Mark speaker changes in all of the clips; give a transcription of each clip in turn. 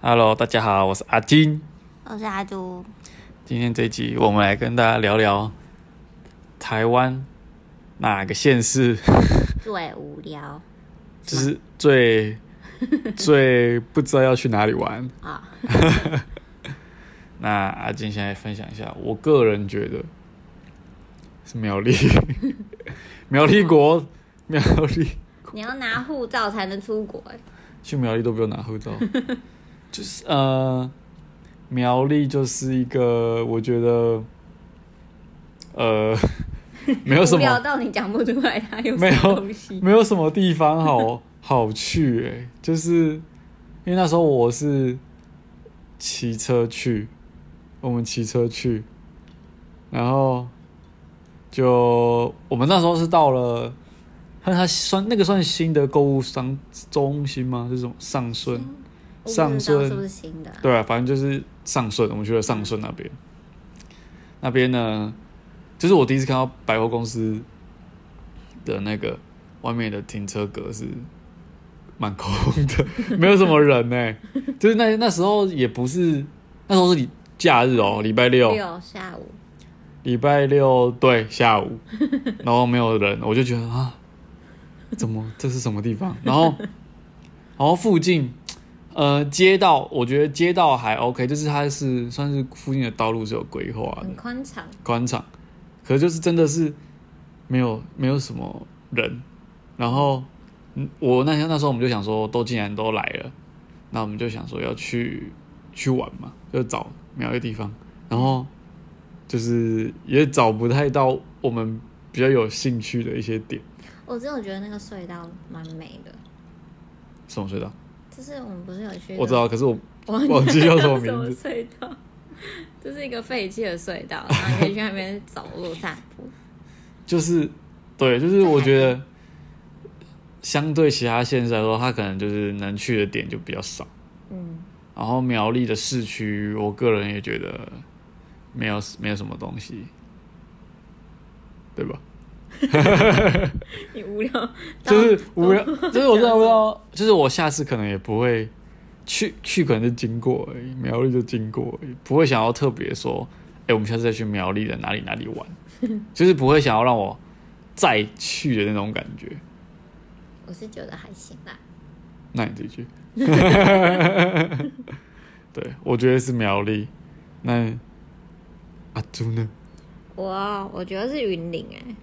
Speaker 1: Hello，大家好，我是阿金。
Speaker 2: 我是阿都，
Speaker 1: 今天这一集我们来跟大家聊聊台湾哪个县市
Speaker 2: 最无聊
Speaker 1: 就是最最不知道要去哪里玩。
Speaker 2: 啊、
Speaker 1: 那阿金先来分享一下，我个人觉得是苗栗， 苗栗国， 苗栗
Speaker 2: 你要拿护照才能出国、欸，
Speaker 1: 去苗栗都不用拿护照， 就是呃，苗栗就是一个我觉得 呃没有什
Speaker 2: 无聊
Speaker 1: 么
Speaker 2: 到你讲不出来它有
Speaker 1: 没
Speaker 2: 什
Speaker 1: 有
Speaker 2: 么东西。
Speaker 1: 没有什么地方好 好去、欸，就是因为那时候我是骑车去，我们骑车去，然后就我们那时候是到了。看它算那个算新的购物商中心吗？这种上顺，
Speaker 2: 我不知道
Speaker 1: 上顺
Speaker 2: 是不是新的啊？
Speaker 1: 对啊，反正就是上顺，我们去了上顺那边。那边呢，就是我第一次看到百货公司的那个外面的停车格是蛮空的，没有什么人呢、欸就是那那时候也不是，那时候是礼假日哦，礼拜六，
Speaker 2: 六下午，
Speaker 1: 礼拜六对下午， 然后没有人，我就觉得啊，怎么这是什么地方？ 然后，然后附近，呃，街道我觉得街道还 OK，就是它是算是附近的道路是有规划的
Speaker 2: 很宽敞，
Speaker 1: 宽敞，可是就是真的是没有没有什么人。然后，嗯我那天那时候我们就想说，都既然都来了，那我们就想说要去去玩嘛，就找苗栗地方。然后就是也找不太到我们比较有兴趣的一些点。
Speaker 2: 哦我真的觉得那个隧道蛮美的。
Speaker 1: 什么隧道？
Speaker 2: 就是我们不是有去一个，
Speaker 1: 我知道，可是我
Speaker 2: 我
Speaker 1: 忘记叫什么
Speaker 2: 什么
Speaker 1: 名字
Speaker 2: 隧道， 就是一个废弃的隧道，然后你可以去那边走路散步。
Speaker 1: 就是对，就是我觉得相对其他县市来说，它可能就是能去的点就比较少。
Speaker 2: 嗯，
Speaker 1: 然后苗栗的市区，我个人也觉得没有没有什么东西，对吧？
Speaker 2: 你无聊到
Speaker 1: 就是无聊，就是我真的不知道，就是我下次可能也不会去去，可能是经过而已，苗栗就经过而已，不会想要特别说，哎、我们下次再去苗栗的哪里哪里玩，就是不会想要让我再去的那种感觉。
Speaker 2: 我是觉得还行啦。
Speaker 1: 那你自己 去。对，我觉得是苗栗。那阿朱呢？
Speaker 2: 我我觉得是云林哎、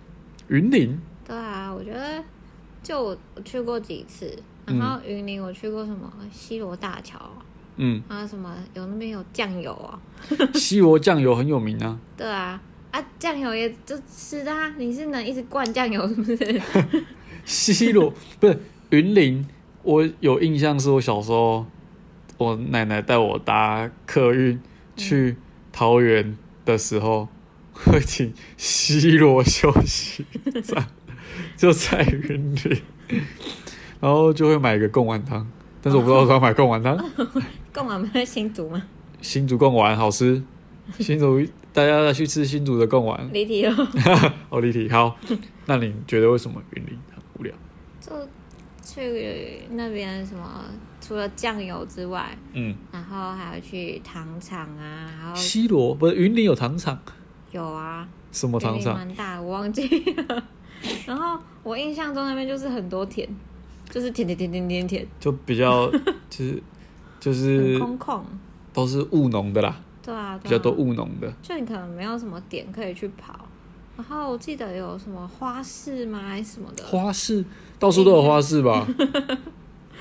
Speaker 1: 云林
Speaker 2: 对啊，我觉得就我我去过几次，然后云林我去过什么西罗大桥啊，
Speaker 1: 嗯，
Speaker 2: 还有什么有那边有酱油啊，
Speaker 1: 西螺酱油很有名啊。
Speaker 2: 对啊，啊酱油也就吃的啊，你是能一直灌酱油是不是？
Speaker 1: 西螺 不是云林，我有印象是我小时候，我奶奶带我搭客运去桃园的时候， 会停西螺休息站， 就在云林，然后就会买个贡丸汤，但是我不知道我要买贡丸汤。
Speaker 2: 干嘛没有新竹吗？
Speaker 1: 新竹贡丸好吃，新竹大家要去吃新竹的贡丸。
Speaker 2: 离题了，
Speaker 1: 哦，丽丽，好，那你觉得为什么云林很无聊？
Speaker 2: 就去那边什么，除了酱油之外，
Speaker 1: 嗯，
Speaker 2: 然后还有去糖厂啊，然后
Speaker 1: 西螺不是云林有糖厂，
Speaker 2: 有啊，
Speaker 1: 什么糖
Speaker 2: 年龄
Speaker 1: 厂？
Speaker 2: 蛮大的，我忘记了。 然后我印象中那边就是很多田，就是田田田田田田，
Speaker 1: 就比 较就是就
Speaker 2: 很
Speaker 1: 是
Speaker 2: 空旷。
Speaker 1: 都是务农的啦，
Speaker 2: 对啊，对啊
Speaker 1: 呃比较多。务农的。
Speaker 2: 就你可能没有什么点可以去跑。然后我记得有什么花市吗？还是什么的？
Speaker 1: 花市到处都有花市吧？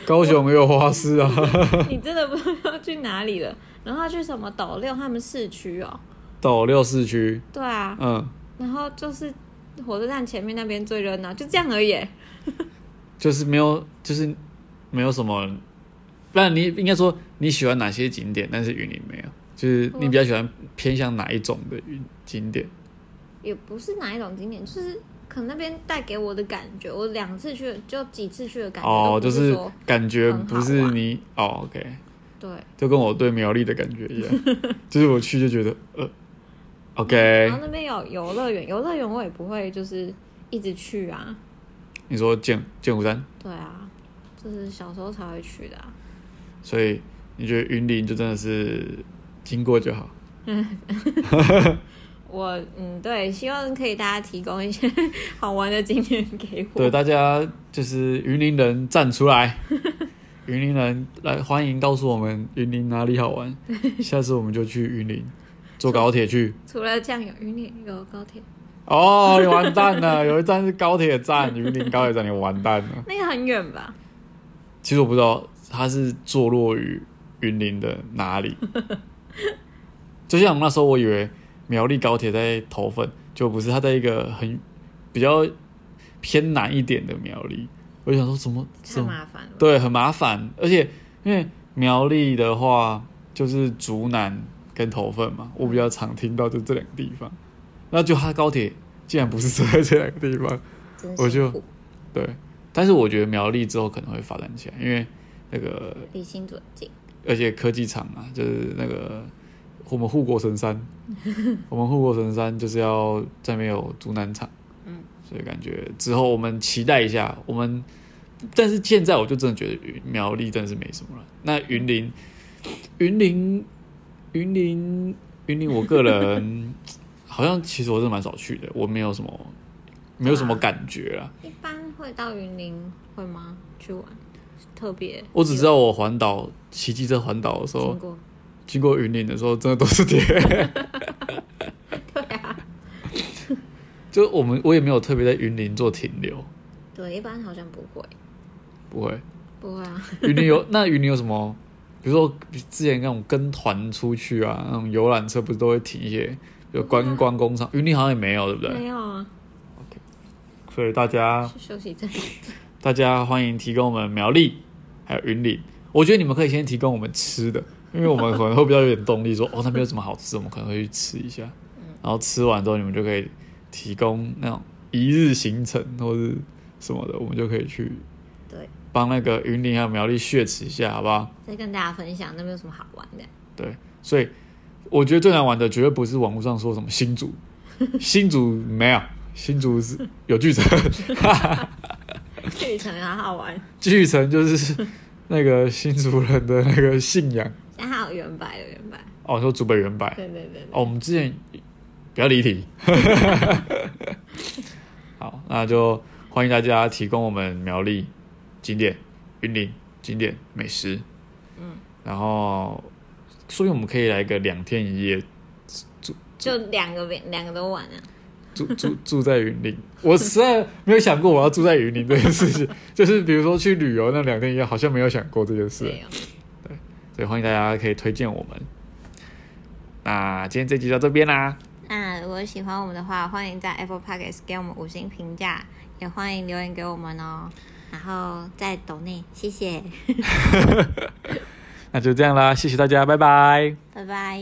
Speaker 1: 高雄也有花市啊，
Speaker 2: 你真的不知道去哪里了。然后去什么斗六他们市区哦。
Speaker 1: 斗六市区，
Speaker 2: 对啊，
Speaker 1: 嗯，
Speaker 2: 然后就是火车站前面那边最热闹，就这样而已。
Speaker 1: 就是没有就是没有什么，不然你应该说你喜欢哪些景点，但是云林没有，就是你比较喜欢偏向哪一种的云景点？
Speaker 2: 也不是哪一种景点，就是可能那边带给我的感觉，我两次去就几次去的感觉
Speaker 1: 哦，
Speaker 2: 都
Speaker 1: 就
Speaker 2: 不是
Speaker 1: 是
Speaker 2: 说
Speaker 1: 感觉
Speaker 2: 很好
Speaker 1: 不是
Speaker 2: 玩
Speaker 1: 你哦，OK，
Speaker 2: 对。
Speaker 1: 就跟我对苗栗的感觉一样，就是我去就觉得呃，OK，
Speaker 2: 然后那边有游乐园，游乐园我也不会就是一直去啊，
Speaker 1: 你说剑剑湖山，
Speaker 2: 对啊，就是小时候才会去的、啊。
Speaker 1: 所以你觉得云林就真的是经过就好，
Speaker 2: 我嗯，对，希望可以大家提供一些 好玩的景点给我。
Speaker 1: 对大家就是云林人站出来，云林人来欢迎告诉我们云林哪里好玩，下次我们就去云林坐高铁去。
Speaker 2: 除了酱油，云林有高铁，
Speaker 1: 哦，你完蛋了！有一站是高铁站，云林高铁站，你完蛋了。
Speaker 2: 那个很远吧？
Speaker 1: 其实我不知道它是坐落于云林的哪 里，就像那时候我以为苗栗高铁在头份，就不是，它在一个很比较偏南一点的苗栗。我就想说，怎么
Speaker 2: 太
Speaker 1: 怎么
Speaker 2: 麻烦了。
Speaker 1: 对，很麻烦，而且因为苗栗的话就是竹南跟头份嘛，我比较常听到就这两个地方，那就它高铁竟然不是设在这两个地方，
Speaker 2: 真
Speaker 1: 我就
Speaker 2: 辛苦
Speaker 1: 对，但是我觉得苗栗之后可能会发展起来，因为那个
Speaker 2: 离心准进，
Speaker 1: 而且科技厂啊，就是那个我们护国神山，我们护国神山就是要这边有竹南厂，
Speaker 2: 嗯，
Speaker 1: 所以感觉之后我们期待一下，我们但是现在我就真的觉得苗栗真的是没什么了。那云林，云林，云林，云林，我个人 好像其实我是蛮少去的，我没有什么没有什么感觉啊。
Speaker 2: 一般会到云林会吗？去玩特别？
Speaker 1: 我只知道我环岛骑机车环岛的时
Speaker 2: 有
Speaker 1: 候
Speaker 2: 听，过，
Speaker 1: 经过云林的时候，真的都是铁。
Speaker 2: 对啊，
Speaker 1: 就我们我也没有特别在云林做停留，
Speaker 2: 对，一般好像不会，
Speaker 1: 不会。
Speaker 2: 不会啊，
Speaker 1: 云林有那云林有什么？比如说之前那种跟团出去啊，那种游览车不是都会停一些，比如观光工厂，云林好像也没有，对不
Speaker 2: 没
Speaker 1: 对？
Speaker 2: 有啊，
Speaker 1: 所以大家
Speaker 2: 去休息站。
Speaker 1: 大家欢迎提供我们苗栗还有云林，我觉得你们可以先提供我们吃的，因为我们可能会比较有点动力说 哦那边有什么好吃，我们可能会去吃一下，然后吃完之后你们就可以提供那种一日行程或是什么的，我们就可以去
Speaker 2: 对，
Speaker 1: 帮那个云林还有苗栗血耻一下，好不好？
Speaker 2: 再跟大家分享那边有什么好玩的。
Speaker 1: 对，所以我觉得最难玩的绝对不是网络上说什么新竹，新竹没有，新竹是有巨城，
Speaker 2: 去程好好玩，
Speaker 1: 巨城就是那个新竹人的那个信仰。
Speaker 2: 现在还有原版有原版，
Speaker 1: 哦，你说竹北原版
Speaker 2: 对对对对，
Speaker 1: 哦，我们之前不要离题。 好，那就欢迎大家提供我们苗栗景点、云林景点、美食，
Speaker 2: 嗯，
Speaker 1: 然后说不定我们可以来个两天一夜
Speaker 2: 就两个边两个都玩啊，
Speaker 1: 住住 住在云林，我实在没有想过我要住在云林这件事情。就是比如说去旅游那两天一夜，好像没有想过这件事。
Speaker 2: 对哦，
Speaker 1: 所以欢迎大家可以推荐我们。那今天这集到这边啦，
Speaker 2: 那如果喜欢我们的话，欢迎在 Apple Podcast 给我们五星评价，也欢迎留言给我们哦。然后在抖内，谢谢，
Speaker 1: 那就这样啦，谢谢大家，拜拜。
Speaker 2: 拜拜。